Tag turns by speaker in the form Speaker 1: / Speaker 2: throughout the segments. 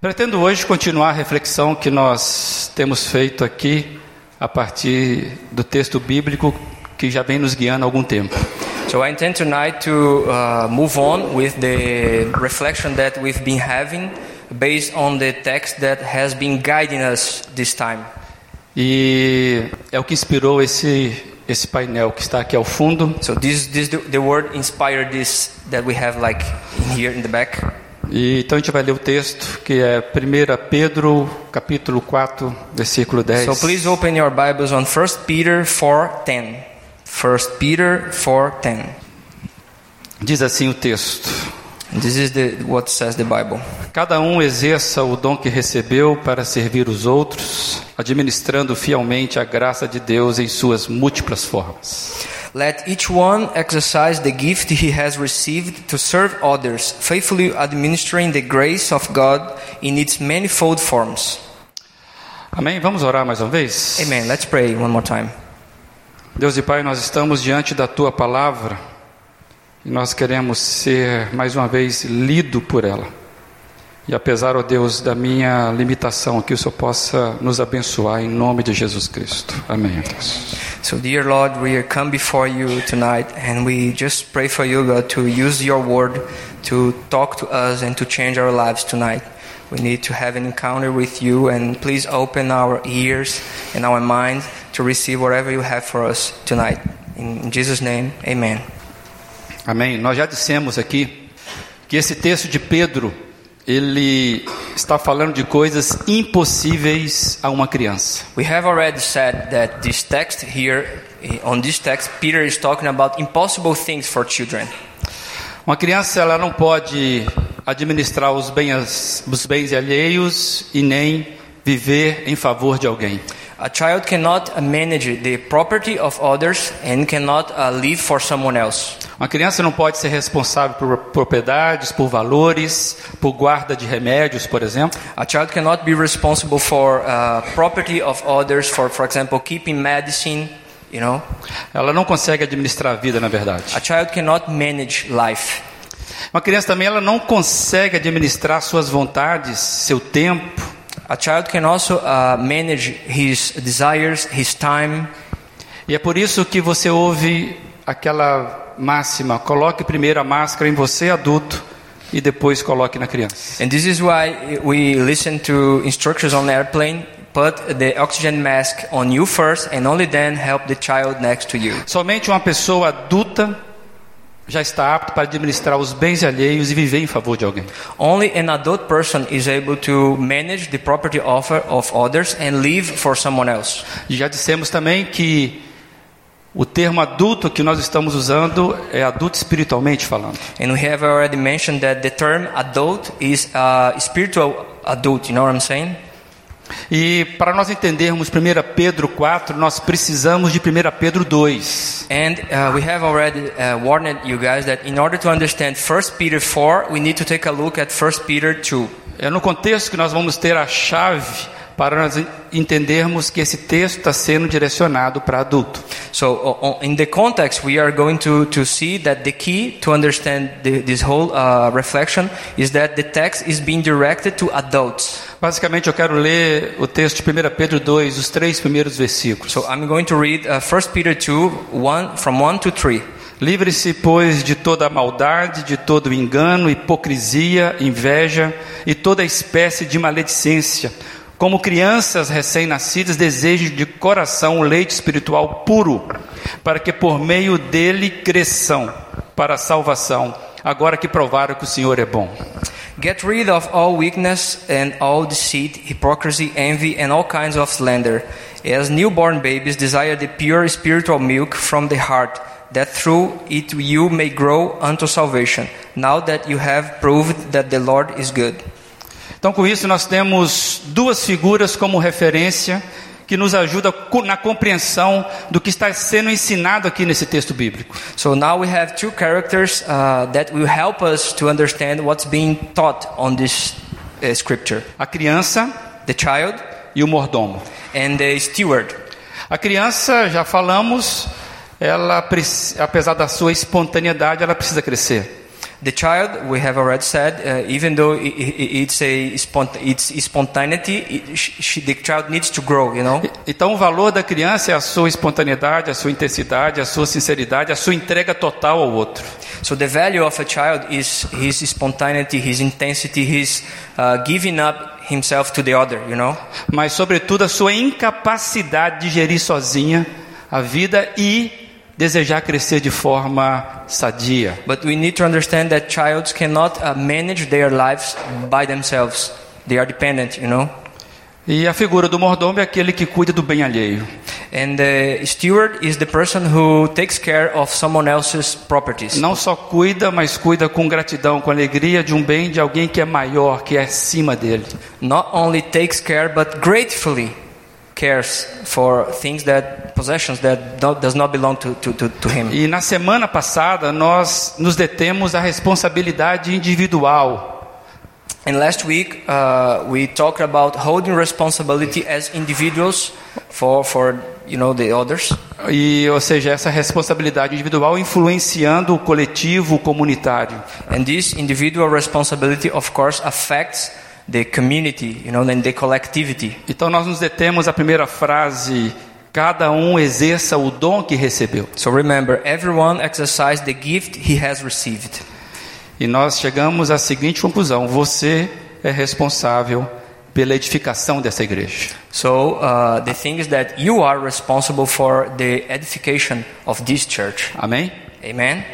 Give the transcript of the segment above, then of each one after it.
Speaker 1: Pretendo hoje continuar a reflexão que nós temos feito aqui a partir do texto bíblico que já vem nos guiando há algum tempo.
Speaker 2: So I intend tonight to uh, move on with the reflection that we've been having based on the text that has been guiding us this time.
Speaker 1: E é o que inspirou esse esse painel que está aqui ao fundo.
Speaker 2: So this this the, the word inspired this that we have like in here in the back.
Speaker 1: E então a gente vai ler o texto que é 1 Pedro, capítulo 4, versículo 10.
Speaker 2: So please open your Bibles on 1 Peter 4:10. 1 Peter 4:10.
Speaker 1: Diz assim o texto:
Speaker 2: This is the what says the Bible.
Speaker 1: Cada um exerça o dom que recebeu para servir os outros, administrando fielmente a graça de Deus em suas múltiplas formas.
Speaker 2: Let each one exercise the gift he has received to serve others, faithfully administering the grace of God in its manifold forms.
Speaker 1: Amém? Vamos orar mais uma vez?
Speaker 2: Amen. Let's pray one more time.
Speaker 1: Deus e Pai, nós estamos diante da tua palavra e nós queremos ser mais uma vez lido por ela. E apesar, ó Deus, da minha limitação, que o Senhor possa nos abençoar em nome de Jesus Cristo. Amém. ó Deus.
Speaker 2: So, dear Lord, we come before you tonight and we just pray for you, God, to use your word to talk to us and to change our lives tonight. We need to have an encounter with you and please open our ears and our minds to receive whatever you have for us tonight. In, in Jesus' name, amen.
Speaker 1: Amém. Nós já dissemos aqui que esse texto de Pedro, ele está falando de coisas impossíveis a uma criança.
Speaker 2: We have already said that this text here, eh, on this text, Peter is talking about impossible things for children.
Speaker 1: Uma criança ela não pode administrar os bens, os bens alheios e nem viver em favor de alguém.
Speaker 2: A child cannot uh, manage the property of others and cannot uh, live for someone else.
Speaker 1: Uma criança não pode ser responsável por propriedades, por valores, por guarda de remédios, por exemplo.
Speaker 2: A child cannot be responsible for uh, property of others, for, for example, keeping medicine, you know.
Speaker 1: Ela não consegue administrar a vida, na verdade.
Speaker 2: A child cannot manage life.
Speaker 1: Uma criança também ela não consegue administrar suas vontades, seu tempo.
Speaker 2: A child can also uh, manage his desires, his time.
Speaker 1: E é por isso que você ouve aquela máxima: coloque primeiro a máscara em você adulto e depois coloque na criança.
Speaker 2: And this is why we listen to instructions on airplane. Put the oxygen mask on you first, and only then help the child next to you.
Speaker 1: Somente uma pessoa adulta já está apta para administrar os bens alheios e viver em favor de alguém.
Speaker 2: Only an adult person is able to manage the property offer of others and live for someone else.
Speaker 1: E já dissemos também que o termo adulto que nós estamos usando é adulto espiritualmente falando.
Speaker 2: And we have already mentioned that the term adult is uh, spiritual adult. You know what I'm saying?
Speaker 1: E para nós entendermos 1 Pedro 4, nós precisamos de 1 Pedro 2.
Speaker 2: And uh, we have already uh, warned you guys that in order to understand 1 Peter 4, we need to take a look at 1 Peter 2.
Speaker 1: É no contexto que nós vamos ter a chave para nós entendermos que esse texto está sendo direcionado para adulto.
Speaker 2: So, o- o- in the context, we are going to, to see that the key to understand the, this whole uh, reflection is that the text is being directed to adults.
Speaker 1: Basicamente, eu quero ler o texto de 1 Pedro 2, os três primeiros versículos.
Speaker 2: So, I'm going to read uh, 1 Peter 2, 1, from 1 to 3.
Speaker 1: Livre-se, pois, de toda a maldade, de todo o engano, hipocrisia, inveja e toda espécie de maledicência. Como crianças recém-nascidas, desejem de coração o leite espiritual puro, para que por meio dele cresçam para a salvação, agora que provaram que o Senhor é bom.
Speaker 2: Get rid of all weakness and all deceit, hypocrisy, envy, and all kinds of slander. As newborn babies, desire the pure spiritual milk from the heart, that through it you may grow unto salvation, now that you have proved that the Lord is good.
Speaker 1: Então, com isso, nós temos duas figuras como referência que nos ajudam co- na compreensão do que está sendo ensinado aqui nesse texto bíblico.
Speaker 2: So now we have two characters uh, that will help us to understand what's being taught on this uh, scripture
Speaker 1: A criança
Speaker 2: the child
Speaker 1: e o mordomo.
Speaker 2: and the steward.
Speaker 1: A criança, já falamos, ela preci- apesar da sua espontaneidade, ela precisa crescer.
Speaker 2: The child, we have already said, uh, even though i- i- it's a spont- it's spontaneity, it, she, she- the child needs to grow, you know.
Speaker 1: E- Então, o valor da criança é a sua espontaneidade, a sua intensidade, a sua sinceridade, a sua entrega total ao outro.
Speaker 2: So the value of a child is his spontaneity, his intensity, his uh, giving up himself to the other, you know.
Speaker 1: Mas, sobretudo, a sua incapacidade de gerir sozinha a vida e desejar crescer de forma sadia.
Speaker 2: But we need to understand that childs cannot uh, manage their lives by themselves. They are dependent, you know.
Speaker 1: E a figura do mordomo é aquele que cuida do bem alheio.
Speaker 2: And the steward is the person who takes care of someone else's properties.
Speaker 1: Não só cuida, mas cuida com gratidão, com alegria de um bem de alguém que é maior, que é acima dele.
Speaker 2: Not only takes care, but gratefully cares for things that possessions that do does not belong to, to, to, to him.
Speaker 1: E na semana passada nós nos detemos à responsabilidade individual.
Speaker 2: And last week uh, we talked about holding responsibility as individuals for for you know the others.
Speaker 1: E, ou seja, essa responsabilidade individual influenciando o coletivo, o comunitário.
Speaker 2: And this individual responsibility, of course, affects the community, you know, and the collectivity.
Speaker 1: Então nós nos detemos à primeira frase: cada um exerça o dom que recebeu.
Speaker 2: So remember, everyone exercises the gift he has received.
Speaker 1: E nós chegamos à seguinte conclusão: você é responsável pela edificação dessa igreja.
Speaker 2: So uh, the thing is that you are responsible for the edification of this church.
Speaker 1: Amém?
Speaker 2: Amen.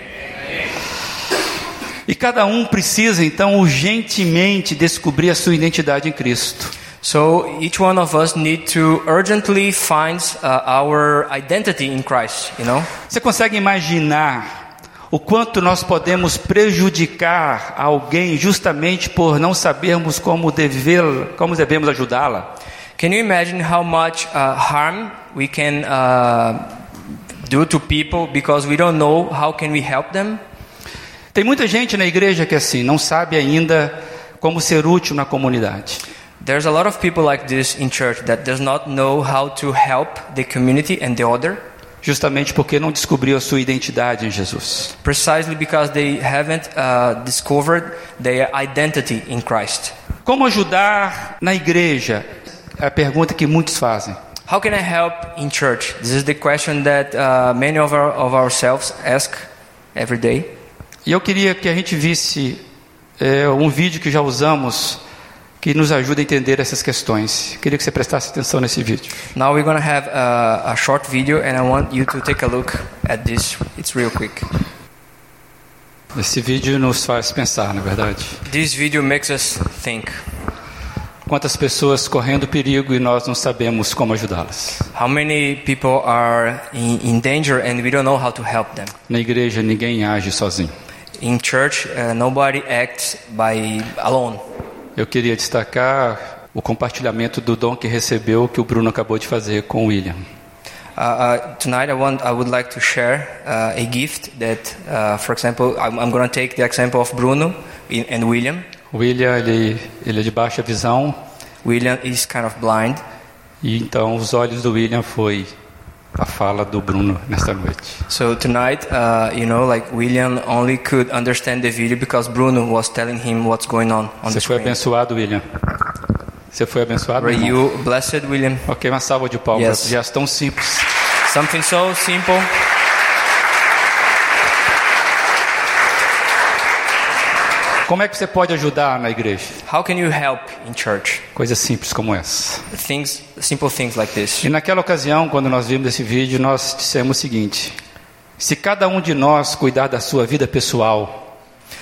Speaker 1: E cada um precisa então urgentemente descobrir a sua identidade em Cristo.
Speaker 2: So each one of us need to urgently find uh, our identity in Christ. You know.
Speaker 1: Você consegue imaginar o quanto nós podemos prejudicar alguém justamente por não sabermos como, devê-la- como devemos ajudá-la?
Speaker 2: Can you imagine how much uh, harm we can uh, do to people because we don't know how can we help them?
Speaker 1: Tem muita gente na igreja que assim não sabe ainda como ser útil na comunidade.
Speaker 2: There's a lot of people like this in church that does not know how to help the community and the other
Speaker 1: Justamente porque não descobriu a sua identidade em Jesus.
Speaker 2: precisely because they haven't uh, discovered their identity in Christ.
Speaker 1: Como ajudar na igreja? É a pergunta que muitos fazem.
Speaker 2: How can I help in church? This is the question that uh, many of, our, of ourselves ask every day.
Speaker 1: E eu queria que a gente visse é, um vídeo que já usamos que nos ajuda a entender essas questões. Queria que você prestasse atenção nesse vídeo.
Speaker 2: Now we're gonna have a, a short video, and I want you to take a look at this. It's real quick.
Speaker 1: Esse vídeo nos faz pensar, na verdade.
Speaker 2: This video makes us think
Speaker 1: Quantas pessoas correndo perigo e nós não sabemos como ajudá-las.
Speaker 2: how many people are in, in danger and we don't know how to help them.
Speaker 1: Na igreja ninguém age sozinho.
Speaker 2: In church, uh, nobody acts by alone.
Speaker 1: Eu queria destacar o compartilhamento do dom que recebeu que o Bruno acabou de fazer com o William.
Speaker 2: Uh, uh, tonight, I want I would like to share uh, a gift that, uh, for example, I'm, I'm gonna take the example of Bruno in, and William.
Speaker 1: O William, ele, ele é de baixa visão
Speaker 2: William is kind of blind,
Speaker 1: e então os olhos do William foi a fala do Bruno nesta noite.
Speaker 2: so tonight, uh, you know, like William only could understand the video because Bruno was telling him what's going on on
Speaker 1: Você foi
Speaker 2: the screen.
Speaker 1: abençoado, William. Você foi abençoado?
Speaker 2: Were
Speaker 1: irmão?
Speaker 2: you blessed, William?
Speaker 1: Ok, uma salva de palmas.
Speaker 2: Yes.
Speaker 1: Gesto tão simples.
Speaker 2: Something so simple.
Speaker 1: Como é que você pode ajudar na igreja?
Speaker 2: How can you help in church?
Speaker 1: Coisas simples como essa.
Speaker 2: Things, simple things like this.
Speaker 1: E naquela ocasião, quando nós vimos esse vídeo, nós dissemos o seguinte: se cada um de nós cuidar da sua vida pessoal,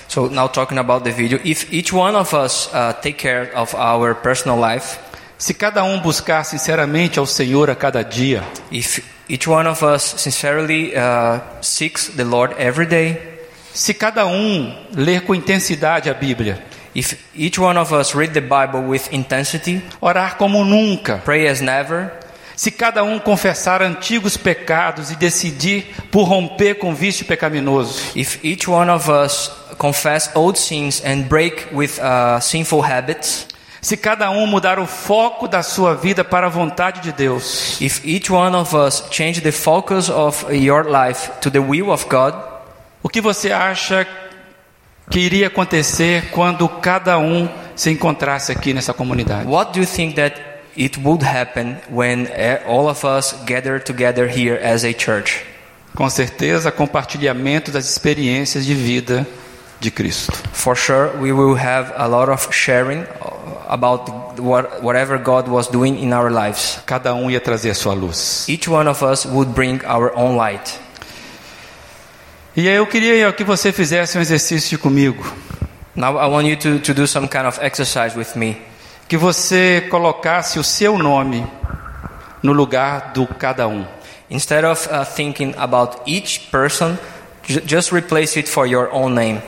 Speaker 2: So now talking about the video, if each one of us uh, take care of our personal life,
Speaker 1: se cada um buscar sinceramente ao Senhor a cada dia,
Speaker 2: if each one of us sincerely uh, seeks the Lord every day,
Speaker 1: se cada um ler com intensidade a Bíblia,
Speaker 2: if each one of us read the Bible with intensity,
Speaker 1: orar como nunca,
Speaker 2: pray as never,
Speaker 1: se cada um confessar antigos pecados e decidir por romper com o vício pecaminoso,
Speaker 2: if each one of us confess old sins and break with uh, sinful habits,
Speaker 1: se cada um mudar o foco da sua vida para a vontade de Deus,
Speaker 2: if each one of us change the focus of your life to the will of God,
Speaker 1: o que você acha que iria acontecer quando cada um se encontrasse aqui nessa comunidade?
Speaker 2: What do you think that it would happen when eh, all of us gather together here as a church?
Speaker 1: Com certeza, compartilhamento das experiências de vida de Cristo.
Speaker 2: For sure, we will have a lot of sharing uh, about what, whatever God was doing in our lives.
Speaker 1: Cada um ia trazer a sua luz.
Speaker 2: Each one of us would bring our own light.
Speaker 1: E aí eu queria que você fizesse um exercício comigo,
Speaker 2: Now, I want you to, to do some kind of exercise with me.
Speaker 1: que você colocasse o seu nome no lugar do cada um.
Speaker 2: Instead of uh, thinking about each person, ju- just replace it for your own name.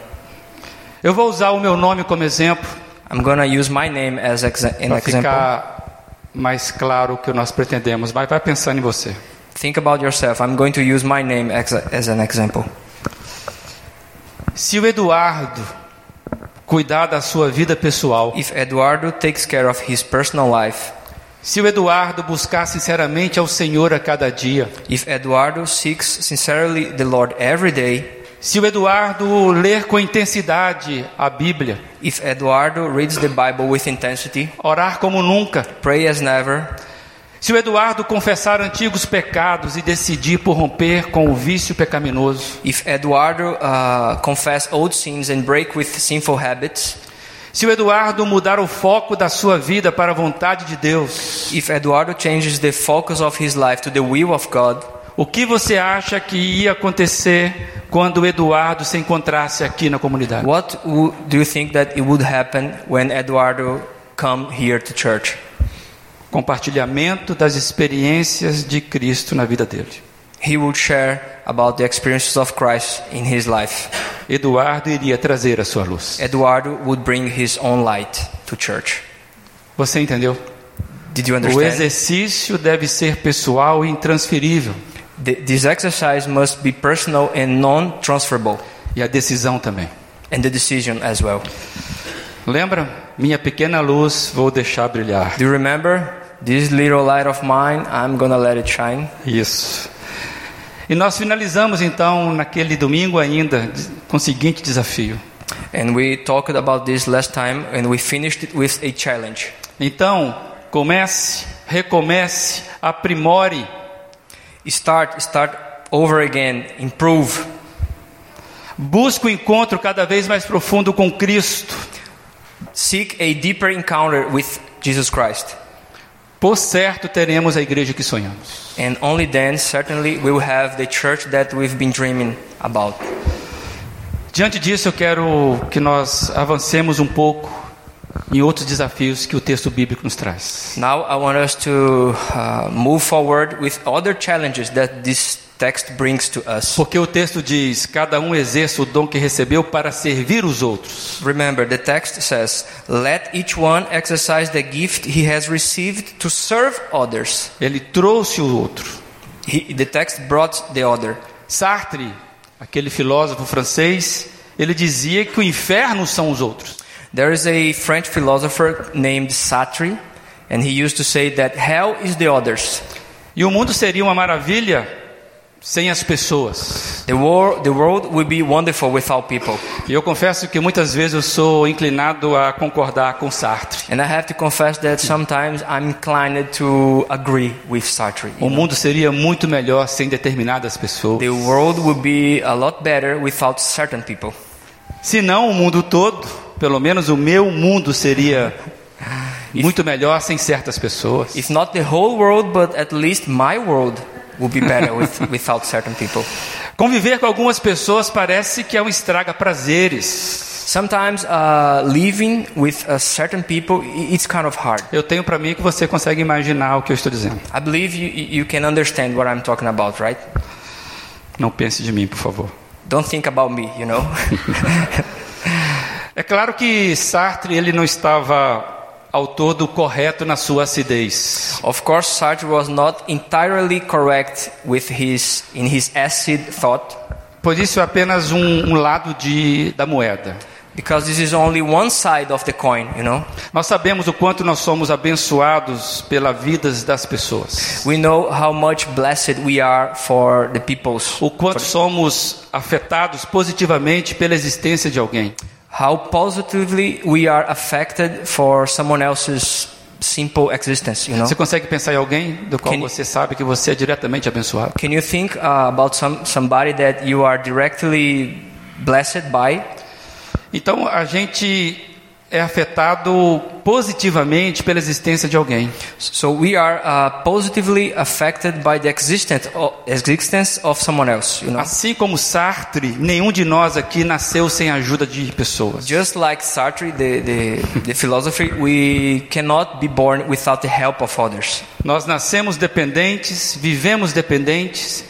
Speaker 1: Eu vou usar o meu nome como exemplo
Speaker 2: I'm gonna use my name as exa- an
Speaker 1: para
Speaker 2: example.
Speaker 1: ficar mais claro o que nós pretendemos, mas vai pensando em você.
Speaker 2: Think about yourself. I'm going to use my name ex- as an example.
Speaker 1: Se o Eduardo cuidar da sua vida pessoal,
Speaker 2: If Eduardo takes care of his personal life,
Speaker 1: se o Eduardo buscar sinceramente ao Senhor a cada dia,
Speaker 2: if Eduardo seeks sincerely the Lord every day,
Speaker 1: se o Eduardo ler com intensidade a Bíblia,
Speaker 2: if Eduardo reads the Bible with intensity,
Speaker 1: orar como nunca,
Speaker 2: pray as never,
Speaker 1: Se o Eduardo confessar antigos pecados e decidir por romper com o vício pecaminoso,
Speaker 2: if Eduardo uh, confess old sins and break with sinful habits,
Speaker 1: se o Eduardo mudar o foco da sua vida para a vontade de Deus,
Speaker 2: if Eduardo changes the focus of his life to the will of God,
Speaker 1: o que você acha que ia acontecer quando o Eduardo se encontrasse aqui na comunidade?
Speaker 2: what w- do you think that it would happen when Eduardo come here to church?
Speaker 1: Compartilhamento das experiências de Cristo na vida dele.
Speaker 2: He would share about the experiences of Christ in his life.
Speaker 1: Eduardo iria trazer a sua luz.
Speaker 2: Eduardo would bring his own light to church.
Speaker 1: Você entendeu?
Speaker 2: Did you
Speaker 1: O
Speaker 2: understand?
Speaker 1: exercício deve ser pessoal e intransferível,
Speaker 2: Th- this exercise must be personal and non-transferable,
Speaker 1: e a decisão também.
Speaker 2: and the decision as well.
Speaker 1: Lembra? Minha pequena luz vou deixar brilhar.
Speaker 2: Do you remember this little light of mine? I'm gonna let it shine.
Speaker 1: Isso. E nós finalizamos então naquele domingo ainda com o seguinte desafio.
Speaker 2: And we talked about this last time, and we finished it with a challenge.
Speaker 1: Então, comece, recomece, aprimore.
Speaker 2: Start, start over again. Improve.
Speaker 1: Busque o encontro cada vez mais profundo com Cristo.
Speaker 2: Seek a deeper encounter with Jesus Christ.
Speaker 1: Por certo, teremos a igreja que sonhamos.
Speaker 2: And only then, certainly, we will have the church that we've been dreaming about.
Speaker 1: Diante disso, eu quero que nós avancemos um pouco em outros desafios que o texto bíblico nos traz.
Speaker 2: Now, I want us to uh, move forward with other challenges that this text brings to us.
Speaker 1: Porque o texto diz: cada um exerça o dom que recebeu para servir os outros.
Speaker 2: Remember, the text says, Let each one exercise the gift he has received to serve others.
Speaker 1: Ele trouxe o outro.
Speaker 2: He, the text brought the other.
Speaker 1: Sartre, aquele filósofo francês, ele dizia que o inferno são os outros.
Speaker 2: There is a French philosopher named Sartre, and he used to say that hell is the others.
Speaker 1: E o mundo seria uma maravilha sem as pessoas.
Speaker 2: The, wor- the world would be wonderful without people.
Speaker 1: E eu confesso que muitas vezes eu sou inclinado a concordar com Sartre.
Speaker 2: And I have to confess that sometimes I'm inclined to agree with Sartre.
Speaker 1: O mundo seria muito melhor sem determinadas pessoas.
Speaker 2: The world would be a lot better without certain people.
Speaker 1: Se não o mundo todo, pelo menos o meu mundo seria muito melhor sem certas pessoas.
Speaker 2: If not the whole world, but at least my world would be better with, without certain people.
Speaker 1: Conviver com algumas pessoas parece que é um estraga prazeres.
Speaker 2: Sometimes uh, living with uh, certain people, i- it's kind of hard.
Speaker 1: Eu tenho para mim que você consegue imaginar o que eu estou dizendo.
Speaker 2: I believe you, you can understand what I'm talking about, right?
Speaker 1: Não pense de mim, por favor.
Speaker 2: Don't think about me, you know?
Speaker 1: É claro que Sartre ele não estava ao todo correto na sua acidez.
Speaker 2: of course, Sartre was not entirely correct with his, in his acid thought.
Speaker 1: Por isso é apenas um, um lado de, da moeda.
Speaker 2: because this is only one side of the coin, you know.
Speaker 1: Nós sabemos o quanto nós somos abençoados pela vida das pessoas.
Speaker 2: We know how much blessed we are for the peoples,
Speaker 1: O quanto somos afetados positivamente pela existência de alguém.
Speaker 2: how positively we are affected for someone else's simple existence, you know.
Speaker 1: Você consegue pensar em alguém do qual
Speaker 2: Can-
Speaker 1: você sabe que você é diretamente abençoado?
Speaker 2: Can you think uh, about some somebody that you are directly blessed by?
Speaker 1: Então a gente é afetado positivamente pela existência de alguém.
Speaker 2: So we are uh, positively affected by the existence of, existence of someone else, you know.
Speaker 1: Assim como Sartre, nenhum de nós aqui nasceu sem a ajuda de pessoas.
Speaker 2: Just like Sartre, the, the, the philosophy, we cannot be born without the help of others.
Speaker 1: Nós nascemos dependentes, vivemos dependentes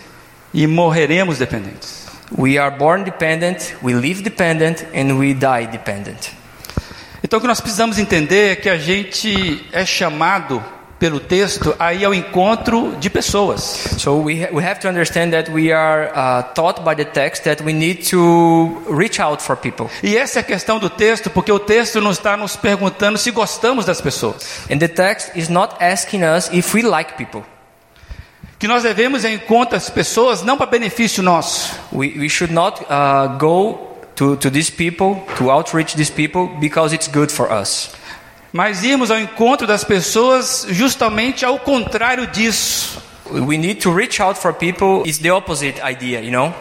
Speaker 1: e morreremos dependentes.
Speaker 2: We are born dependent, we live dependent, and we die dependent.
Speaker 1: Então o que nós precisamos entender é que a gente é chamado pelo texto a ir ao encontro de pessoas.
Speaker 2: So we, ha- we have to understand that we are uh, taught by the text that we need to reach out for people.
Speaker 1: E essa é a questão do texto, porque o texto não está nos perguntando se gostamos das pessoas.
Speaker 2: And the text is not asking us if we like people.
Speaker 1: Que nós devemos ir ao encontro das pessoas não para benefício nosso,
Speaker 2: We, we should not uh, go to, to these people, to outreach these people, because it's good for us.
Speaker 1: mas irmos ao encontro das pessoas justamente ao contrário disso.
Speaker 2: We need to reach out for people. It's the opposite idea, you know?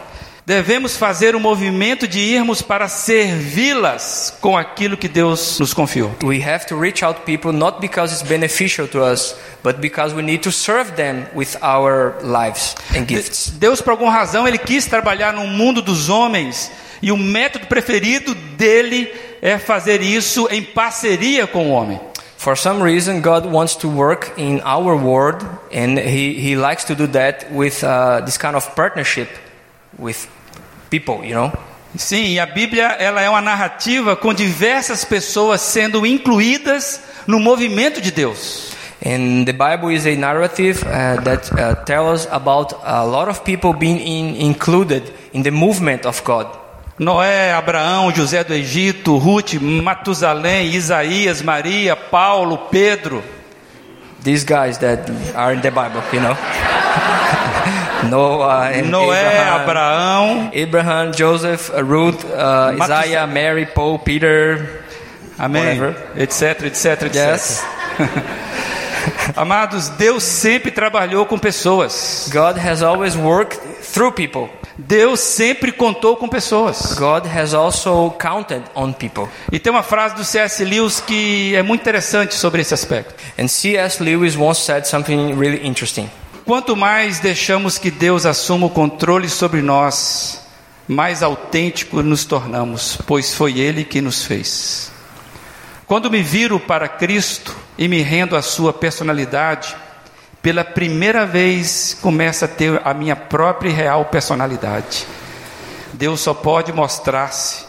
Speaker 1: Devemos fazer o movimento de irmos para servi-las com aquilo que Deus nos confiou.
Speaker 2: We have to reach out people not because it's beneficial to us, but because we need to serve them with our lives and gifts.
Speaker 1: Deus, por alguma razão, ele quis trabalhar no mundo dos homens e o método preferido dele é fazer isso em parceria com o homem.
Speaker 2: For some reason, God wants to work in our world, and He, he likes to do that with uh, this kind of partnership with people, you know?
Speaker 1: Sim, e a Bíblia ela é uma narrativa com diversas pessoas sendo incluídas no movimento de Deus.
Speaker 2: And the Bible is a narrative uh, that uh, tells us about a lot of people being in, included in the movement of God.
Speaker 1: Noé, Abraão, José do Egito, Ruth, Matusalém, Isaías, Maria, Paulo, Pedro.
Speaker 2: These guys that are in the Bible, you know. Noah and
Speaker 1: Noé,
Speaker 2: Abraham,
Speaker 1: Abraão,
Speaker 2: Abraham, Joseph, uh, Ruth, uh,
Speaker 1: Matus-
Speaker 2: Isaiah, Mary, Paul, Peter.
Speaker 1: amém,
Speaker 2: Whatever.
Speaker 1: etc, etc, etc.
Speaker 2: Yes.
Speaker 1: Amados, Deus sempre trabalhou com pessoas.
Speaker 2: God has always worked through people.
Speaker 1: Deus sempre contou com pessoas.
Speaker 2: God has also counted on people.
Speaker 1: E tem uma frase do C.S. Lewis que é muito interessante sobre esse aspecto.
Speaker 2: And C.S. Lewis once said something really interesting.
Speaker 1: Quanto mais deixamos que Deus assuma o controle sobre nós, mais autêntico nos tornamos, pois foi Ele que nos fez. Quando me viro para Cristo e me rendo à Sua personalidade, pela primeira vez começa a ter a minha própria e real personalidade. Deus só pode mostrar-se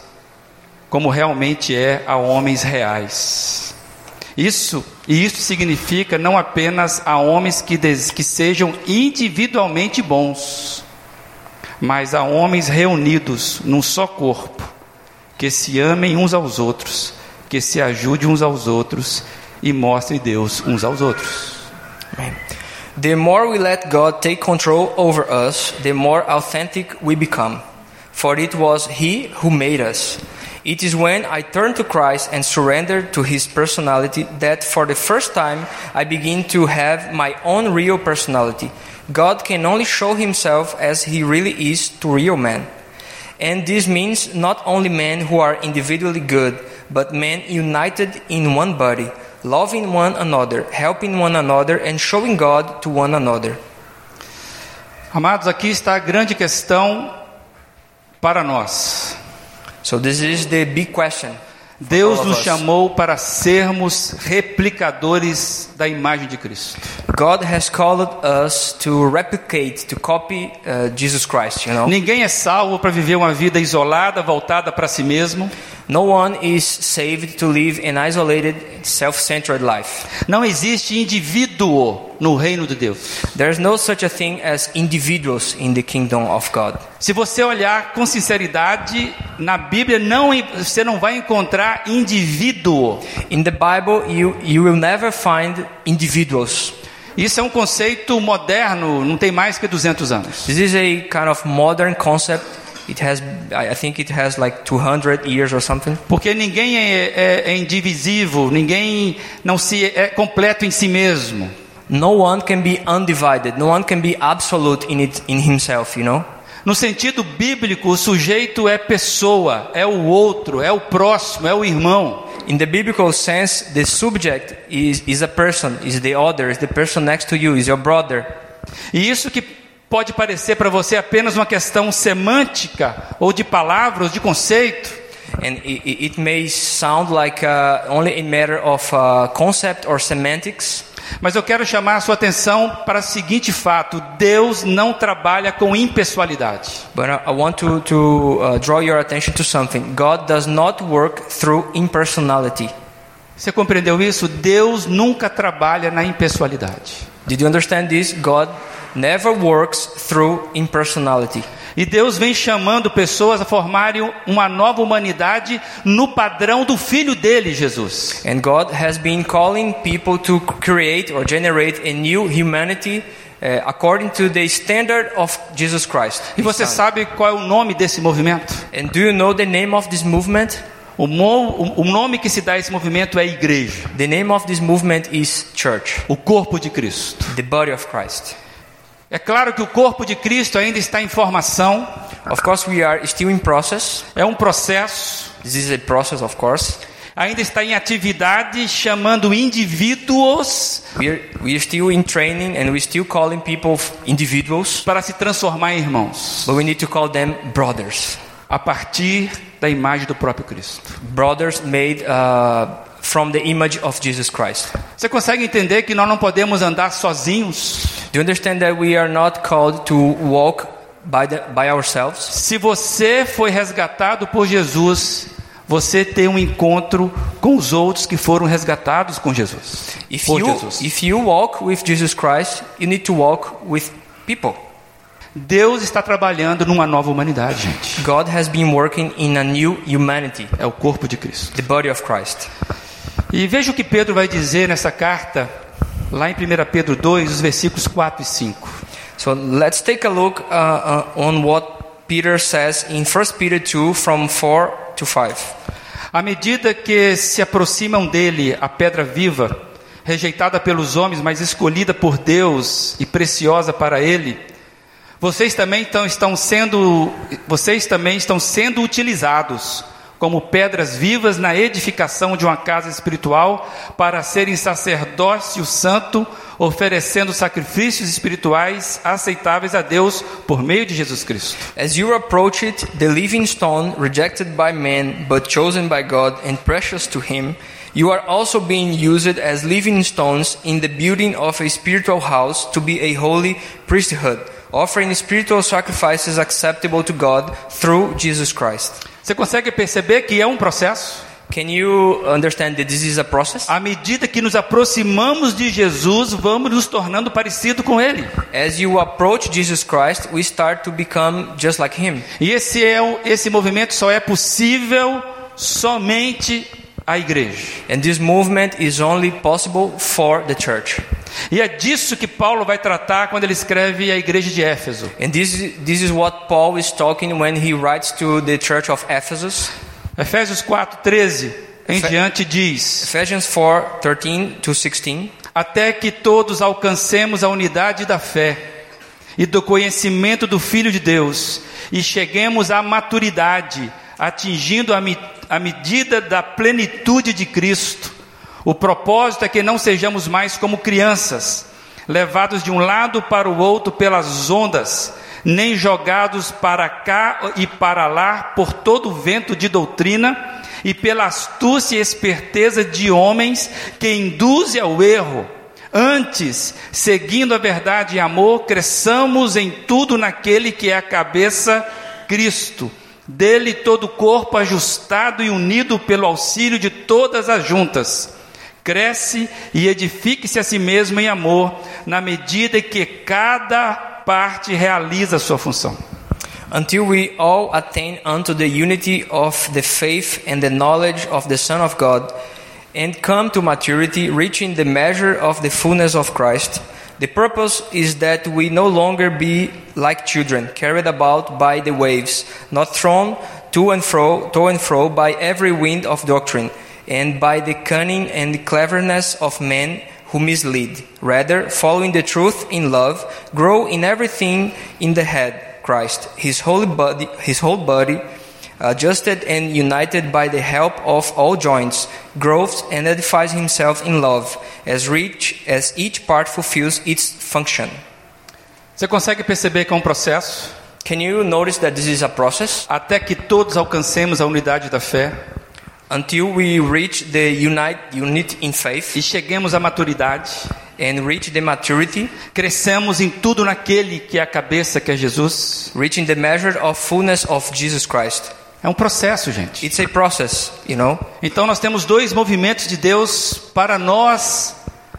Speaker 1: como realmente é a homens reais. Isso, e isso significa não apenas a homens que, des- que sejam individualmente bons, mas a homens reunidos num só corpo, que se amem uns aos outros, que se ajudem uns aos outros e mostrem Deus uns aos outros.
Speaker 2: The more we let God take control over us, the more authentic we become. For it was He who made us. It is when I turn to Christ and surrender to His personality that for the first time I begin to have my own real personality. God can only show Himself as He really is to real men. And this means not only men who are individually good, but men united in one body, loving one another, helping one another, and showing God to one another.
Speaker 1: Amados, aqui está a grande questão para nós.
Speaker 2: So, this is the big question.
Speaker 1: Deus
Speaker 2: All of
Speaker 1: nos
Speaker 2: us.
Speaker 1: chamou para sermos replicadores da imagem de Cristo.
Speaker 2: God has called us to replicate, to copy uh, Jesus Christ, you know.
Speaker 1: Ninguém é salvo para viver uma vida isolada, voltada para si mesmo.
Speaker 2: No one is saved to live an isolated, self centered life.
Speaker 1: Não existe indivíduo no reino de Deus.
Speaker 2: There is no such a thing as individuals in the kingdom of God.
Speaker 1: Se você olhar com sinceridade, na Bíblia não, en- você não vai encontrar indivíduo.
Speaker 2: In the Bible, you, you will never find individuals.
Speaker 1: Isso é um conceito moderno, não tem mais que 200 anos.
Speaker 2: This is a kind of modern concept. It has, I I think it has like 200 years or something.
Speaker 1: Porque ninguém é, é- é indivisível, ninguém não se é completo em si mesmo.
Speaker 2: No one can be undivided. No one can be absolute in, it, in himself, you know?
Speaker 1: No sentido bíblico, o sujeito é pessoa, é o outro, é o próximo, é o irmão.
Speaker 2: In the biblical sense, the subject is, is a person, is the other, is the person next to you, is your brother.
Speaker 1: E isso que pode parecer para você apenas uma questão semântica ou de palavras, de conceito,
Speaker 2: And it, it may sound like uh, only a matter of uh, concept or semantics,
Speaker 1: mas eu quero chamar a sua atenção para o seguinte fato: Deus não trabalha com impessoalidade.
Speaker 2: but I, I want to, to uh, draw your attention to something. God does not work through impersonality.
Speaker 1: Você compreendeu isso? Deus nunca trabalha na impessoalidade.
Speaker 2: Did you understand this? God never works through impersonality.
Speaker 1: E Deus vem chamando pessoas a formarem uma nova humanidade no padrão do filho dele, Jesus.
Speaker 2: And God has been calling people to create or generate a new humanity uh, according to the standard of Jesus Christ.
Speaker 1: E
Speaker 2: his
Speaker 1: você
Speaker 2: son.
Speaker 1: sabe qual é o nome desse movimento?
Speaker 2: And do you know the name of this movement?
Speaker 1: O, mo- o nome que se dá a esse movimento é igreja,
Speaker 2: The name of this movement is church,
Speaker 1: o corpo de Cristo.
Speaker 2: the body of Christ.
Speaker 1: É claro que o corpo de Cristo ainda está em formação,
Speaker 2: Of course, we are still in process.
Speaker 1: é um processo,
Speaker 2: This is a process, of course.
Speaker 1: ainda está em atividade, chamando indivíduos
Speaker 2: We are, we are still in training and we're still calling people f- individuals,
Speaker 1: para se transformar em irmãos,
Speaker 2: but we need to call them brothers.
Speaker 1: a partir da imagem do próprio Cristo.
Speaker 2: Brothers made uh, from the image of Jesus Christ.
Speaker 1: Você consegue entender que nós não podemos andar sozinhos?
Speaker 2: Do you understand that we are not called to walk by, the, by ourselves?
Speaker 1: Se você foi resgatado por Jesus, você tem um encontro com os outros que foram resgatados com Jesus.
Speaker 2: If
Speaker 1: por
Speaker 2: you,
Speaker 1: Jesus.
Speaker 2: if you walk with Jesus Christ, you need to walk with people.
Speaker 1: Deus está trabalhando numa nova humanidade, gente.
Speaker 2: God has been working in a new humanity,
Speaker 1: É o corpo de Cristo.
Speaker 2: the body of Christ.
Speaker 1: E veja o que Pedro vai dizer nessa carta, lá em 1 Pedro 2, os versículos 4 e 5.
Speaker 2: So let's take a look uh, uh, on what Peter says in 1 Peter 2 from 4 to 5.
Speaker 1: À medida que se aproximam dele a pedra viva, rejeitada pelos homens, mas escolhida por Deus e preciosa para ele, vocês também estão, estão sendo vocês também estão sendo utilizados como pedras vivas na edificação de uma casa espiritual para serem sacerdócio santo, oferecendo sacrifícios espirituais aceitáveis a Deus por meio de Jesus Cristo.
Speaker 2: As you approach it, the living stone, rejected by men, but chosen by God and precious to Him, you are also being used as living stones in the building of a spiritual house to be a holy priesthood, offering spiritual sacrifices acceptable to God through Jesus Christ.
Speaker 1: Você consegue perceber que é um processo?
Speaker 2: Can you understand that this is a process?
Speaker 1: À medida que nos aproximamos de Jesus, vamos nos tornando parecido com Ele.
Speaker 2: As you approach Jesus Christ, we start to become just like Him.
Speaker 1: E esse, é, o- esse movimento só é possível somente a igreja.
Speaker 2: And this movement is only possible for the church.
Speaker 1: E é disso que Paulo vai tratar quando ele escreve a igreja de Éfeso.
Speaker 2: And this, is- this is what Paul is talking when he writes to the church of Ephesus.
Speaker 1: Efésios 4, 13 em diante diz:
Speaker 2: Ephesians 4 13 to 16.
Speaker 1: Até que todos alcancemos a unidade da fé e do conhecimento do Filho de Deus e cheguemos à maturidade, atingindo a, mi- a medida da plenitude de Cristo. O propósito é que não sejamos mais como crianças, levados de um lado para o outro pelas ondas, nem jogados para cá e para lá por todo o vento de doutrina e pela astúcia e esperteza de homens que induzem ao erro. Antes, seguindo a verdade e amor, cresçamos em tudo naquele que é a cabeça, Cristo, Dele todo o corpo ajustado e unido pelo auxílio de todas as juntas, cresce e edifique-se a si mesmo em amor, na medida que cada parte realiza a sua função.
Speaker 2: until we all attain unto the unity of the faith and the knowledge of the Son of God, and come to maturity, reaching the measure of the fullness of Christ. The purpose is that we no longer be like children, carried about by the waves, not thrown to and fro, to and fro by every wind of doctrine, and by the cunning and cleverness of men who mislead. Rather, following the truth in love, grow in everything in the head, Christ, his whole body, his whole body uh, adjusted and united by the help of all joints, grows and edifies himself in love, as rich as each part fulfills its function.
Speaker 1: Você consegue perceber que é um processo
Speaker 2: Can you notice that this is a process?
Speaker 1: até que todos alcancemos a unidade da fé
Speaker 2: Until we reach the unite, unit in faith
Speaker 1: e cheguemos à maturidade,
Speaker 2: and reach the maturity,
Speaker 1: crescemos em tudo naquele que é a cabeça, que é Jesus.
Speaker 2: reaching the measure of fullness of Jesus Christ.
Speaker 1: É um processo, gente.
Speaker 2: It's a process, you know.
Speaker 1: Então nós temos dois movimentos de Deus para nós,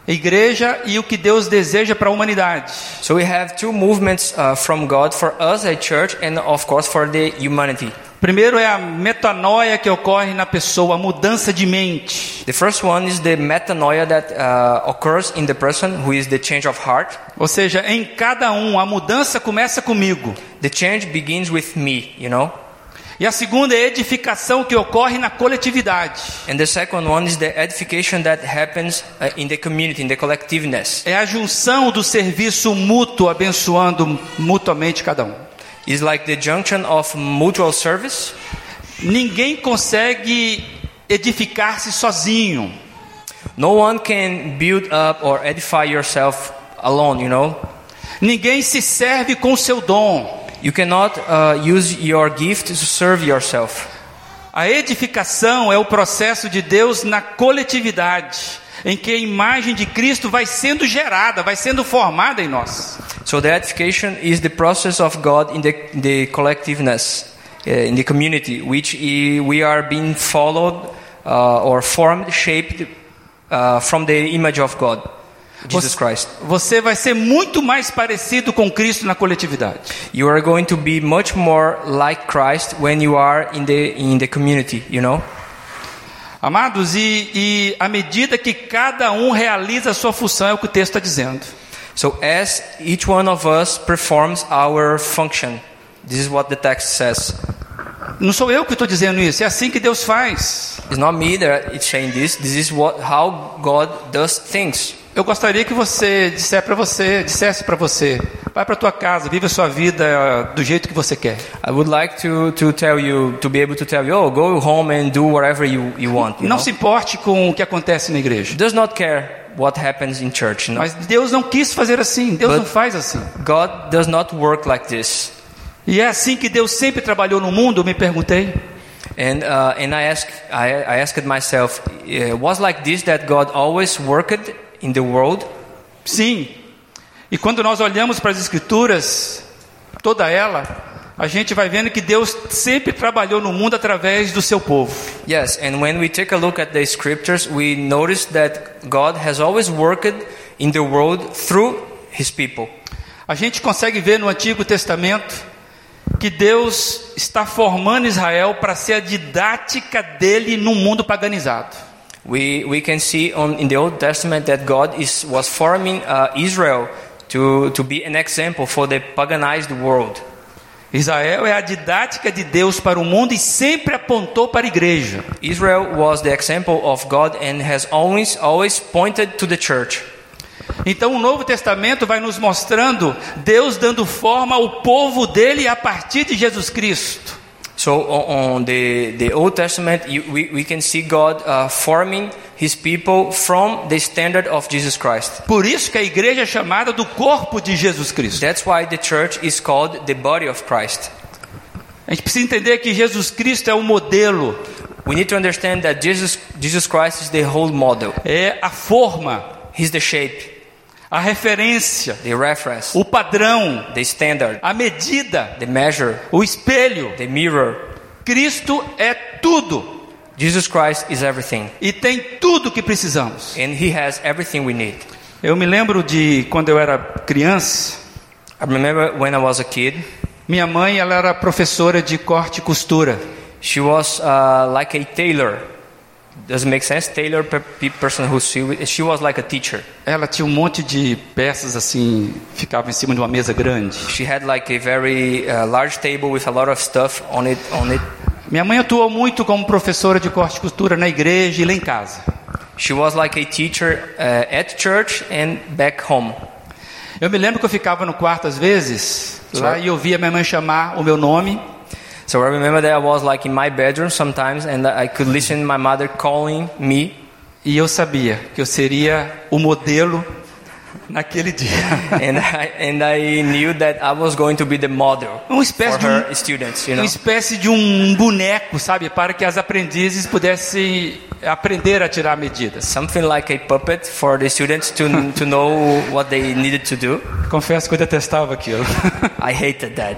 Speaker 1: a igreja, e o que Deus deseja para a humanidade.
Speaker 2: So we have two movements uh, from God for us, a church, and of course for the humanity.
Speaker 1: Primeiro é a metanoia que ocorre na pessoa, a mudança de mente.
Speaker 2: The first one is the metanoia that uh, occurs in the person, who is the change of heart.
Speaker 1: Ou seja, em cada um, a mudança começa comigo.
Speaker 2: The change begins with me, you know.
Speaker 1: E a segunda é a edificação que ocorre na coletividade.
Speaker 2: And the second one is the edification that happens uh, in the community, in the collectiveness.
Speaker 1: É a junção do serviço mútuo, abençoando mutuamente cada um.
Speaker 2: It's like the junction of mutual service.
Speaker 1: Ninguém consegue edificar-se sozinho.
Speaker 2: No one can build up or edify yourself alone, you know.
Speaker 1: Ninguém se serve com o seu dom.
Speaker 2: You cannot uh, use your gift to serve yourself.
Speaker 1: A edificação é o processo de Deus na coletividade, em que a imagem de Cristo vai sendo gerada, vai sendo formada em nós.
Speaker 2: So the edification is the process of God in the, the collectiveness, uh, in the community, which i- we are being followed uh, or formed, shaped uh, from the image of God, Jesus Christ.
Speaker 1: Você vai ser muito mais parecido com Cristo na coletividade.
Speaker 2: You are going to be much more like Christ when you are in the in the community. You know.
Speaker 1: Amados, e, e à medida que cada um realiza a sua função, é o que o texto está dizendo.
Speaker 2: So as each one of us performs our function, this is what the text says.
Speaker 1: Não sou eu que estou dizendo isso, é assim que Deus faz.
Speaker 2: It's not me that it's saying this. This is what how God does things.
Speaker 1: Eu gostaria que você dissesse para você, dissesse para você, vai para tua casa, vive a sua vida ah, do jeito que você quer.
Speaker 2: I would like to, to tell you, to be able to tell you, oh, go home and do whatever you, you want. You
Speaker 1: Não
Speaker 2: know?
Speaker 1: se importe com o que acontece na igreja.
Speaker 2: Does not care what happens in church. You know?
Speaker 1: Mas Deus não quis fazer assim, Deus
Speaker 2: But-
Speaker 1: não faz assim.
Speaker 2: God does not work like this.
Speaker 1: E é assim que Deus sempre trabalhou no mundo, eu me perguntei.
Speaker 2: And, uh, and I, ask, I, I asked myself, uh, was like this that God always worked in the world?
Speaker 1: Sim. E quando nós olhamos para as escrituras, toda ela, a gente vai vendo que Deus sempre trabalhou no mundo através do seu povo.
Speaker 2: Yes, and when we take a look at the scriptures, we notice that God has always worked in the world through his people.
Speaker 1: A gente consegue ver no Antigo Testamento que Deus está formando Israel para ser a didática dele no mundo paganizado.
Speaker 2: We, we can see on, in the Old Testament that God is, was forming uh, Israel to, to be an example for the paganized world.
Speaker 1: Israel é a didática de Deus para o mundo e sempre apontou para a igreja.
Speaker 2: Israel was the example of God and has always, always pointed to the church.
Speaker 1: Então o Novo Testamento vai nos mostrando Deus dando forma ao povo dele a partir de Jesus Cristo.
Speaker 2: So on, on the, the Old Testament, you, we, we can see God uh, forming his people from the standard of Jesus Christ.
Speaker 1: Por isso que a igreja é chamada do corpo de Jesus Cristo.
Speaker 2: That's why the church is called the body of Christ.
Speaker 1: A gente precisa entender que Jesus Cristo é o modelo,
Speaker 2: We need to understand that Jesus, Jesus Christ is the whole model.
Speaker 1: é a forma,
Speaker 2: He's the shape,
Speaker 1: a referência,
Speaker 2: the reference.
Speaker 1: o padrão,
Speaker 2: the standard,
Speaker 1: a medida,
Speaker 2: the measure,
Speaker 1: o espelho.
Speaker 2: the mirror.
Speaker 1: Cristo é tudo
Speaker 2: Jesus Christ is everything,
Speaker 1: e tem tudo que precisamos.
Speaker 2: and He has everything we need.
Speaker 1: Eu me lembro de quando eu era criança,
Speaker 2: I remember when I was a kid,
Speaker 1: minha mãe ela era professora de corte e costura.
Speaker 2: she was uh, like a tailor. Does it make sense? Tailor, per- pe- person who sew. She was like a teacher.
Speaker 1: Ela tinha um monte de peças assim, ficava em cima de uma mesa grande.
Speaker 2: She had like a very uh, large table with a lot of stuff on it. On it,
Speaker 1: Minha mãe atuou muito como professora de corte e costura na igreja e lá em casa.
Speaker 2: she was like a teacher uh, at church and back home.
Speaker 1: Eu me lembro que eu ficava no quarto às vezes, lá e ouvia minha mãe chamar o meu nome.
Speaker 2: So I remember that I was like in my bedroom sometimes, and I could listen my mother calling me,
Speaker 1: E eu sabia que eu seria o modelo naquele dia.
Speaker 2: and I and I knew that I was going to be the model
Speaker 1: Uma
Speaker 2: for
Speaker 1: espécie, de
Speaker 2: her
Speaker 1: um,
Speaker 2: students. You
Speaker 1: uma
Speaker 2: know,
Speaker 1: espécie de um boneco, sabe? Para que as aprendizes pudessem aprender a tirar medidas.
Speaker 2: something like a puppet for the students to to know what they needed to do.
Speaker 1: Confesso que eu detestava aquilo.
Speaker 2: I hated that.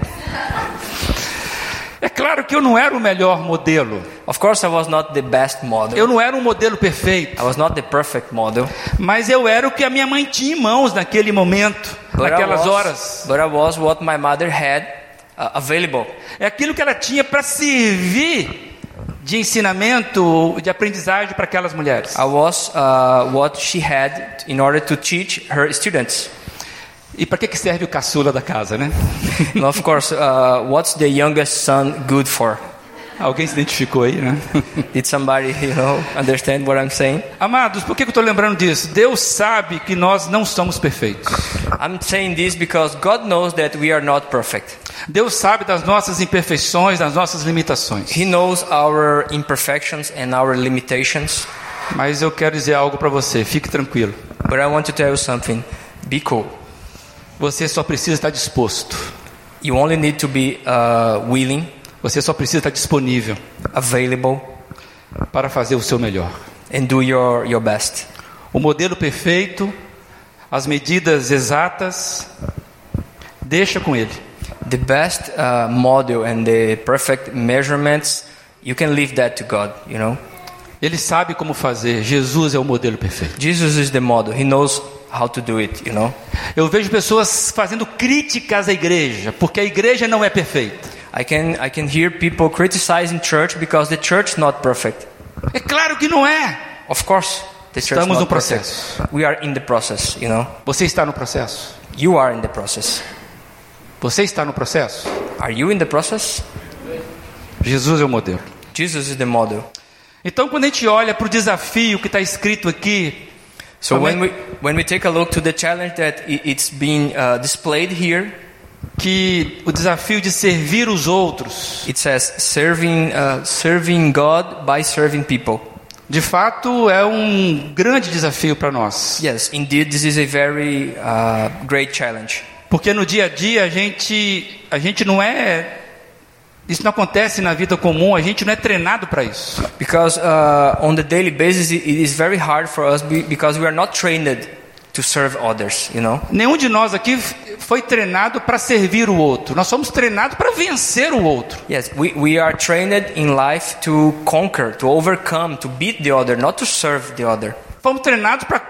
Speaker 1: é claro que eu não era o melhor modelo.
Speaker 2: Of course, I was not the best model.
Speaker 1: Eu não era um modelo perfeito.
Speaker 2: I was not the perfect model.
Speaker 1: Mas eu era o que a minha mãe tinha em mãos naquele momento,
Speaker 2: But I
Speaker 1: naquelas
Speaker 2: was,
Speaker 1: horas.
Speaker 2: But I was what my mother had uh, available.
Speaker 1: É aquilo que ela tinha para servir de ensinamento, de aprendizagem para aquelas mulheres.
Speaker 2: I was uh, what she had in order to teach her students.
Speaker 1: E para que, que serve o caçula da casa, né?
Speaker 2: and of course, uh, what's the youngest son good for?
Speaker 1: Alguém se identificou aí, né?
Speaker 2: Did somebody, you know, understand what I'm saying?
Speaker 1: Amados, por que, que eu estou lembrando disso? Deus sabe que nós não somos perfeitos.
Speaker 2: I'm saying this because God knows that we are not perfect.
Speaker 1: Deus sabe das nossas imperfeições, das nossas limitações.
Speaker 2: He knows our imperfections and our limitations.
Speaker 1: Mas eu quero dizer algo para você, fique tranquilo.
Speaker 2: But I want to tell you something. Be cool.
Speaker 1: Você só precisa estar disposto.
Speaker 2: You only need to be uh, willing,
Speaker 1: Você só precisa estar disponível
Speaker 2: available,
Speaker 1: para fazer o seu melhor.
Speaker 2: and do your, your best.
Speaker 1: O modelo perfeito, as medidas exatas, deixa com ele.
Speaker 2: The best uh, model and the perfect measurements, you can leave that to God, you know.
Speaker 1: Ele sabe como fazer. Jesus é o modelo perfeito.
Speaker 2: Jesus is the model. He knows how to do it, you know.
Speaker 1: Eu vejo pessoas fazendo críticas à igreja, porque a igreja não é perfeita.
Speaker 2: I can I can hear people criticizing church because the church not perfect.
Speaker 1: É claro que não é.
Speaker 2: Of course, the church
Speaker 1: Estamos
Speaker 2: not
Speaker 1: no
Speaker 2: perfect.
Speaker 1: processo.
Speaker 2: We are in the process, you know.
Speaker 1: Você está no processo.
Speaker 2: You are in the process.
Speaker 1: Você está no processo.
Speaker 2: Are you in the process?
Speaker 1: Jesus é o modelo.
Speaker 2: Jesus is the model.
Speaker 1: Então, quando a gente olha para o desafio que está escrito aqui,
Speaker 2: So
Speaker 1: Amém.
Speaker 2: when we when we take a look to the challenge that i- it's being uh, displayed here,
Speaker 1: que o desafio de servir os outros,
Speaker 2: it says serving uh, serving God by serving people.
Speaker 1: de fato é um grande desafio para nós.
Speaker 2: Yes, indeed, this is a very uh, great challenge
Speaker 1: Porque no dia a dia a gente, a gente não é. Isso não acontece na vida comum, a gente não é treinado para isso.
Speaker 2: because uh, on the daily basis it it is very hard for us be- because we are not trained to serve others. You know,
Speaker 1: Nenhum de nós aqui f- foi treinado para servir o outro. Nós somos treinados para vencer o outro.
Speaker 2: yes, we we are trained in life to conquer, to overcome, to beat the other, not to serve the other.
Speaker 1: Fomos treinados para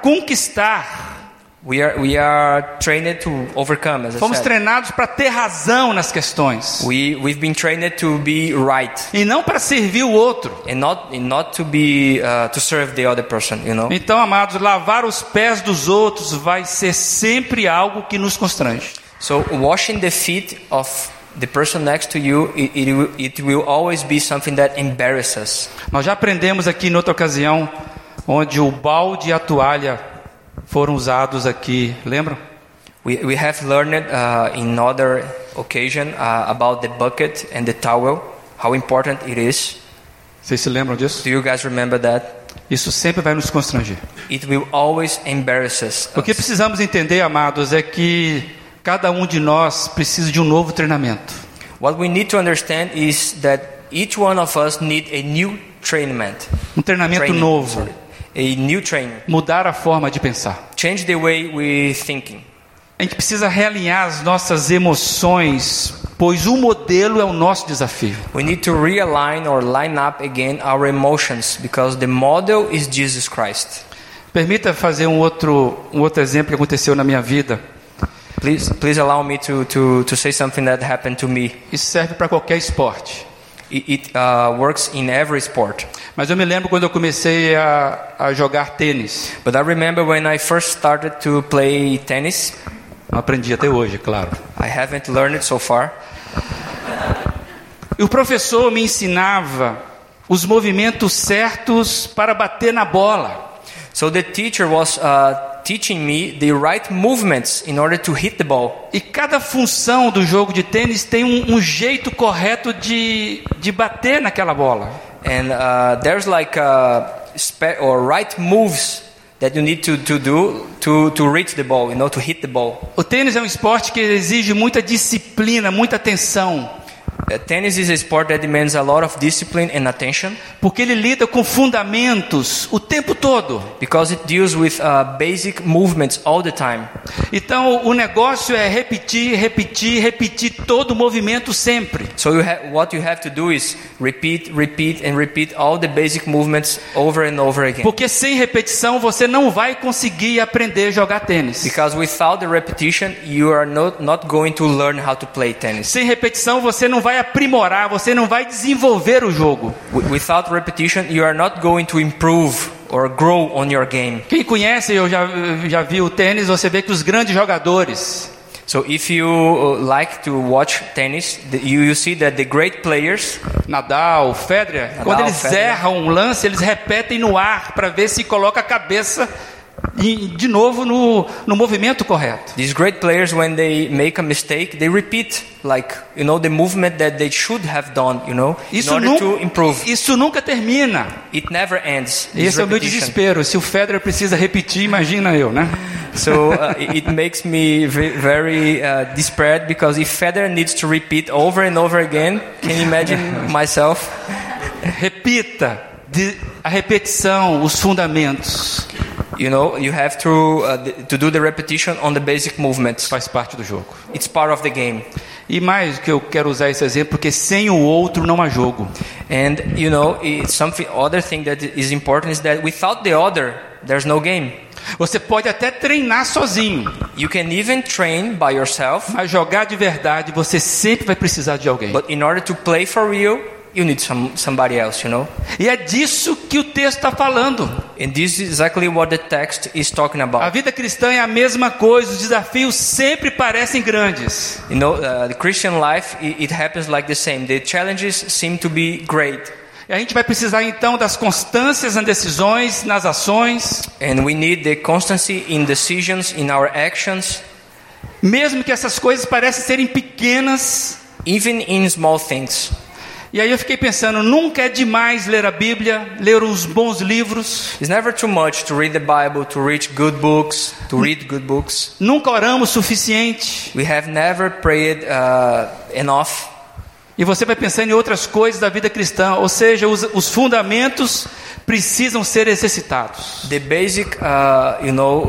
Speaker 1: conquistar.
Speaker 2: We are we are trained to overcome. As I
Speaker 1: Fomos
Speaker 2: said.
Speaker 1: treinados para ter razão nas questões.
Speaker 2: We we've been trained to be right
Speaker 1: E não para servir o outro.
Speaker 2: and not and not to be uh, to serve the other person. You know.
Speaker 1: Então, amados, lavar os pés dos outros vai ser sempre algo que nos constrange.
Speaker 2: So washing the feet of the person next to you, it, it, will- it will always be something that embarrasses us.
Speaker 1: Nós já aprendemos aqui em outra ocasião, onde o balde e a toalha foram usados aqui, lembram?
Speaker 2: We, we have learned uh, in other occasion uh, about the bucket and the towel, how important it is.
Speaker 1: Vocês se lembram disso?
Speaker 2: Do you guys remember that?
Speaker 1: Isso sempre vai nos constranger.
Speaker 2: It will always embarrass us.
Speaker 1: O que precisamos entender, amados, é que cada um de nós precisa de um novo treinamento.
Speaker 2: What we need to understand is that each one of us need a new trainment.
Speaker 1: Um treinamento
Speaker 2: Training,
Speaker 1: novo.
Speaker 2: sorry. A new training.
Speaker 1: Mudar a forma de pensar.
Speaker 2: Change the way we're thinking.
Speaker 1: A gente precisa realinhar as nossas emoções pois o modelo é o nosso desafio.
Speaker 2: We need to realign or line up again our emotions because the model is Jesus Christ.
Speaker 1: Permita fazer um outro, um outro exemplo que aconteceu na minha vida.
Speaker 2: Please, please allow me to, to, to say something that happened to me.
Speaker 1: Isso serve para qualquer esporte.
Speaker 2: It, it uh, works in every sport.
Speaker 1: Mas eu me lembro quando eu comecei a, a jogar tênis.
Speaker 2: But I remember when I first started to play tennis,
Speaker 1: Não aprendi até hoje, claro.
Speaker 2: I haven't learned it so far.
Speaker 1: E o professor me ensinava os movimentos certos para bater na bola.
Speaker 2: So the teacher was uh, teaching me the right movements in order to hit the ball.
Speaker 1: E cada função do jogo de tênis tem um, um jeito correto de, de bater naquela bola.
Speaker 2: And uh, there's like uh, spe- or right moves that you need to, to do to, to reach the ball, you know, to hit the ball.
Speaker 1: O tênis é um esporte que exige muita disciplina, muita atenção,
Speaker 2: Uh, tennis is a sport that demands a lot of discipline and attention
Speaker 1: porque ele lida com fundamentos o tempo todo.
Speaker 2: because it deals with uh, basic movements all the time.
Speaker 1: Então o negócio é repetir, repetir, repetir todo o movimento sempre.
Speaker 2: So you ha- what you have to do is repeat, repeat, and repeat all the basic movements over and over again.
Speaker 1: Porque sem repetição você não vai conseguir aprender a jogar tênis.
Speaker 2: Because without the repetition, you are not, not going to learn how to play tennis.
Speaker 1: Sem repetição você não vai aprimorar, você não vai desenvolver o jogo.
Speaker 2: W- without repetition, you are not going to improve or grow on your game.
Speaker 1: Quem conhece, eu já, já vi o tênis, você vê que os grandes jogadores,
Speaker 2: So if you uh, like to watch tennis, the, you, you see that the great players,
Speaker 1: Nadal, Federer, quando eles
Speaker 2: Federer.
Speaker 1: erram um lance, eles repetem no ar para ver se coloca a cabeça em- de novo no, no movimento correto.
Speaker 2: these great players, when they make a mistake, they repeat, like, you know, the movement that they should have done, you know, in
Speaker 1: Isso,
Speaker 2: order
Speaker 1: nun-
Speaker 2: to improve.
Speaker 1: isso nunca termina.
Speaker 2: It never ends. this
Speaker 1: Esse é o meu
Speaker 2: repetition.
Speaker 1: desespero. Se o Federer precisa repetir, imagina eu, né?
Speaker 2: So uh, it, it makes me ve- very uh, desperate because if Federer needs to repeat over and over again, can you imagine myself?
Speaker 1: Repita de- a repetição, os fundamentos,
Speaker 2: You know, you have to uh, th- to do the repetition on the basic movements.
Speaker 1: faz parte do jogo.
Speaker 2: It's part of the game.
Speaker 1: E mais que eu quero usar esse exemplo, porque sem o outro não há jogo.
Speaker 2: And you know, it's something. Other thing that is important is that without the other, there's no game.
Speaker 1: Você pode até treinar sozinho,
Speaker 2: You can even train by yourself,
Speaker 1: mas jogar de verdade você sempre vai precisar de alguém.
Speaker 2: but in order to play for real, you need some somebody else. You know,
Speaker 1: E é disso que o texto está falando.
Speaker 2: and this is exactly what the text is talking about.
Speaker 1: A vida cristã é a mesma coisa, os desafios sempre parecem grandes.
Speaker 2: You know, uh, the Christian life, it, it happens like the same. The challenges seem to be great.
Speaker 1: E a gente vai precisar então das constâncias nas decisões, nas ações,
Speaker 2: And we need the constancy in decisions, in our actions,
Speaker 1: mesmo que essas coisas parecem serem pequenas.
Speaker 2: even in small things.
Speaker 1: E aí eu fiquei pensando, nunca é demais ler a Bíblia, ler os bons livros,
Speaker 2: It's never too much to read the Bible, to read good books, to read good books.
Speaker 1: nunca oramos o suficiente.
Speaker 2: We have never prayed uh, enough.
Speaker 1: E você vai pensando em outras coisas da vida cristã, ou seja, os, os fundamentos precisam ser exercitados.
Speaker 2: The basic, uh, you know,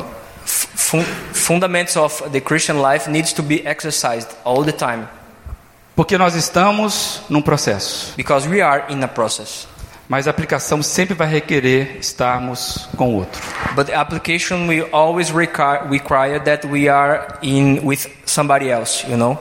Speaker 2: uh, f- fun- fundamentals of the Christian life needs to be exercised all the time
Speaker 1: Porque nós estamos num processo,
Speaker 2: because we are in a process.
Speaker 1: mas a aplicação sempre vai requerer estarmos com o outro.
Speaker 2: But the application we always require, require that we are in with somebody else, you know.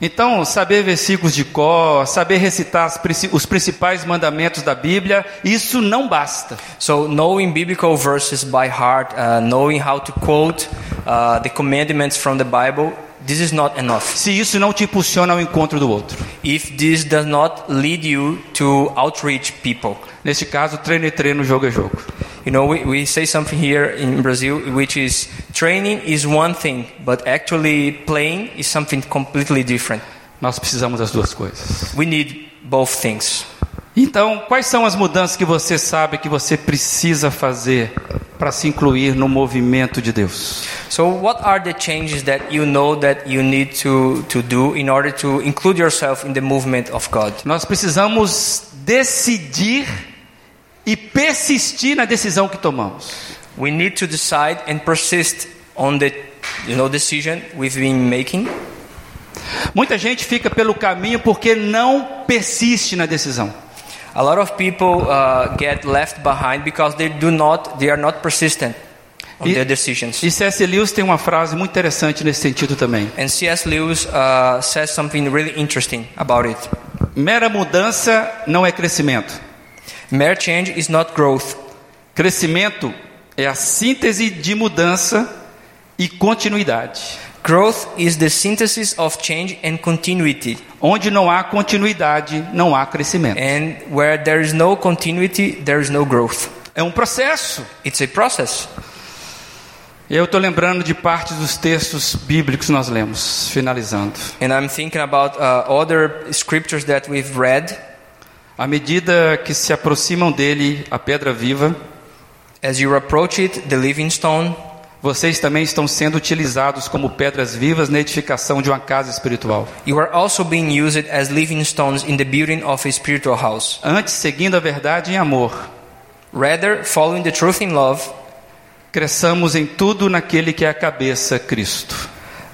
Speaker 1: Então, saber versículos de cor, saber recitar as princi- os principais mandamentos da Bíblia, isso não basta.
Speaker 2: So knowing biblical verses by heart, uh, knowing how to quote uh, the commandments from the Bible, this is not enough.
Speaker 1: Se isso não te impulsiona ao encontro do outro.
Speaker 2: If this does not lead you to outreach people,
Speaker 1: Neste caso, treino é treino, jogo é jogo.
Speaker 2: you know, we, we say something here in Brazil, which is training is one thing, but actually playing is something completely different.
Speaker 1: Nós precisamos das duas coisas.
Speaker 2: We need both things.
Speaker 1: Então, quais são as mudanças que você sabe que você precisa fazer para se incluir no movimento de Deus?
Speaker 2: So, what are the changes that you know that you need to, to do in order to include yourself in the movement of God?
Speaker 1: Nós precisamos decidir e persistir na decisão que tomamos.
Speaker 2: We need to decide and persist on the you know, decision we've been making.
Speaker 1: Muita gente fica pelo caminho porque não persiste na decisão.
Speaker 2: A lot of people uh, get left behind because they do not they are not persistent on
Speaker 1: E-
Speaker 2: their decisions.
Speaker 1: E C.S. Lewis tem uma frase muito interessante nesse sentido também.
Speaker 2: And C.S. Lewis uh, says something really interesting about it.
Speaker 1: Mera mudança não é crescimento.
Speaker 2: Mere change is not growth.
Speaker 1: Crescimento é a síntese de mudança e continuidade.
Speaker 2: Growth is the synthesis of change and continuity.
Speaker 1: Onde não há continuidade, não há crescimento.
Speaker 2: And where there is no continuity, there is no growth.
Speaker 1: É um processo.
Speaker 2: It's a process.
Speaker 1: Eu estou lembrando de partes dos textos bíblicos que nós lemos, finalizando.
Speaker 2: And I'm thinking about uh, other scriptures that we've read.
Speaker 1: À medida que se aproximam dele a pedra viva,
Speaker 2: As you approach it, the living stone,
Speaker 1: vocês também estão sendo utilizados como pedras vivas na edificação de uma casa espiritual.
Speaker 2: you are also being used as living stones in the building of a spiritual house.
Speaker 1: Antes, seguindo a verdade em amor,
Speaker 2: Rather, following the truth in love,
Speaker 1: cresçamos em tudo naquele que é a cabeça, Cristo.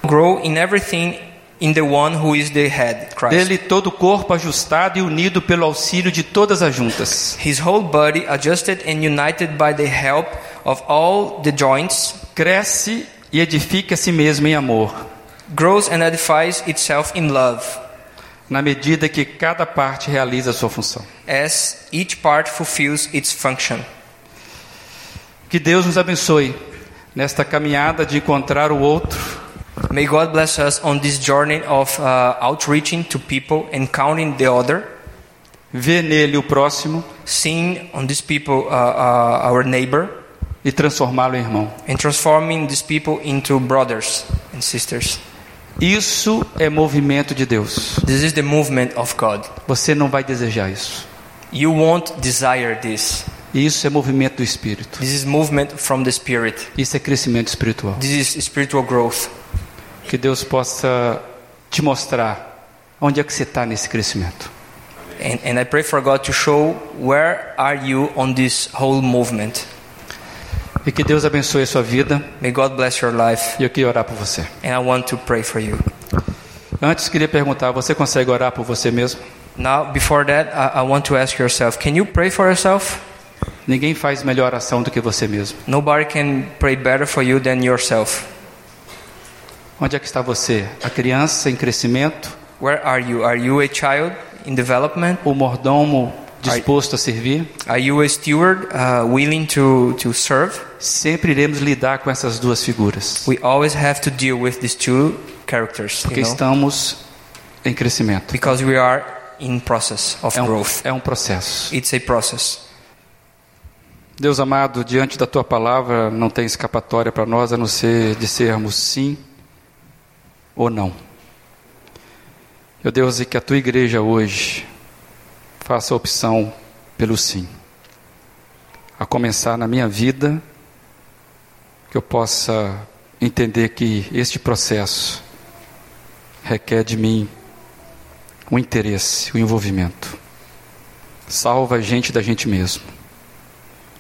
Speaker 2: grow in everything in the one who is the head, Christ.
Speaker 1: Dele todo o corpo ajustado e unido pelo auxílio de todas as juntas,
Speaker 2: His whole body, adjusted and united by the help of all the joints,
Speaker 1: cresce e edifica a si mesmo em amor,
Speaker 2: grows and edifies itself in love,
Speaker 1: na medida que cada parte realiza a sua função.
Speaker 2: as each part fulfills its function.
Speaker 1: Que Deus nos abençoe nesta caminhada de encontrar o outro,
Speaker 2: May God bless us on this journey of uh, outreaching to people and counting the other,
Speaker 1: ver nele o próximo
Speaker 2: seeing on these people uh, uh, our neighbor,
Speaker 1: e transformá-lo em irmão.
Speaker 2: and transforming these people into brothers and sisters.
Speaker 1: Isso é movimento de Deus.
Speaker 2: This is the movement of God.
Speaker 1: Você não vai desejar isso.
Speaker 2: You won't desire this.
Speaker 1: E Isso é movimento do Espírito.
Speaker 2: This is movement from the Spirit.
Speaker 1: Isso é crescimento espiritual.
Speaker 2: This is spiritual growth.
Speaker 1: Que Deus possa te mostrar onde é que você está nesse crescimento.
Speaker 2: And, and I pray for God to show where are you on this whole movement.
Speaker 1: E que Deus abençoe a sua vida.
Speaker 2: May God bless your life.
Speaker 1: E eu queria orar por você.
Speaker 2: And I want to pray for you.
Speaker 1: Antes, queria perguntar: você consegue orar por você mesmo?
Speaker 2: Now, before that, I, I want to ask yourself can you pray for yourself?
Speaker 1: Ninguém faz melhor oração do que você mesmo.
Speaker 2: Nobody can pray better for you than yourself.
Speaker 1: Onde é que está você? A criança em crescimento?
Speaker 2: Where are you? Are you a child in development?
Speaker 1: O mordomo disposto a servir?
Speaker 2: Are you a steward uh, willing to, to serve?
Speaker 1: Sempre iremos lidar com essas duas figuras.
Speaker 2: We always have to deal with these two characters
Speaker 1: Porque
Speaker 2: you know,
Speaker 1: estamos em crescimento.
Speaker 2: because we are in process of
Speaker 1: É um,
Speaker 2: growth.
Speaker 1: é um processo.
Speaker 2: It's a process.
Speaker 1: Deus amado, diante da tua palavra não tem escapatória para nós a não ser de sermos sim ou não. Meu Deus, e que a tua igreja hoje faça a opção pelo sim. A começar na minha vida, que eu possa entender que este processo requer de mim o interesse, o envolvimento. Salva a gente da gente mesmo.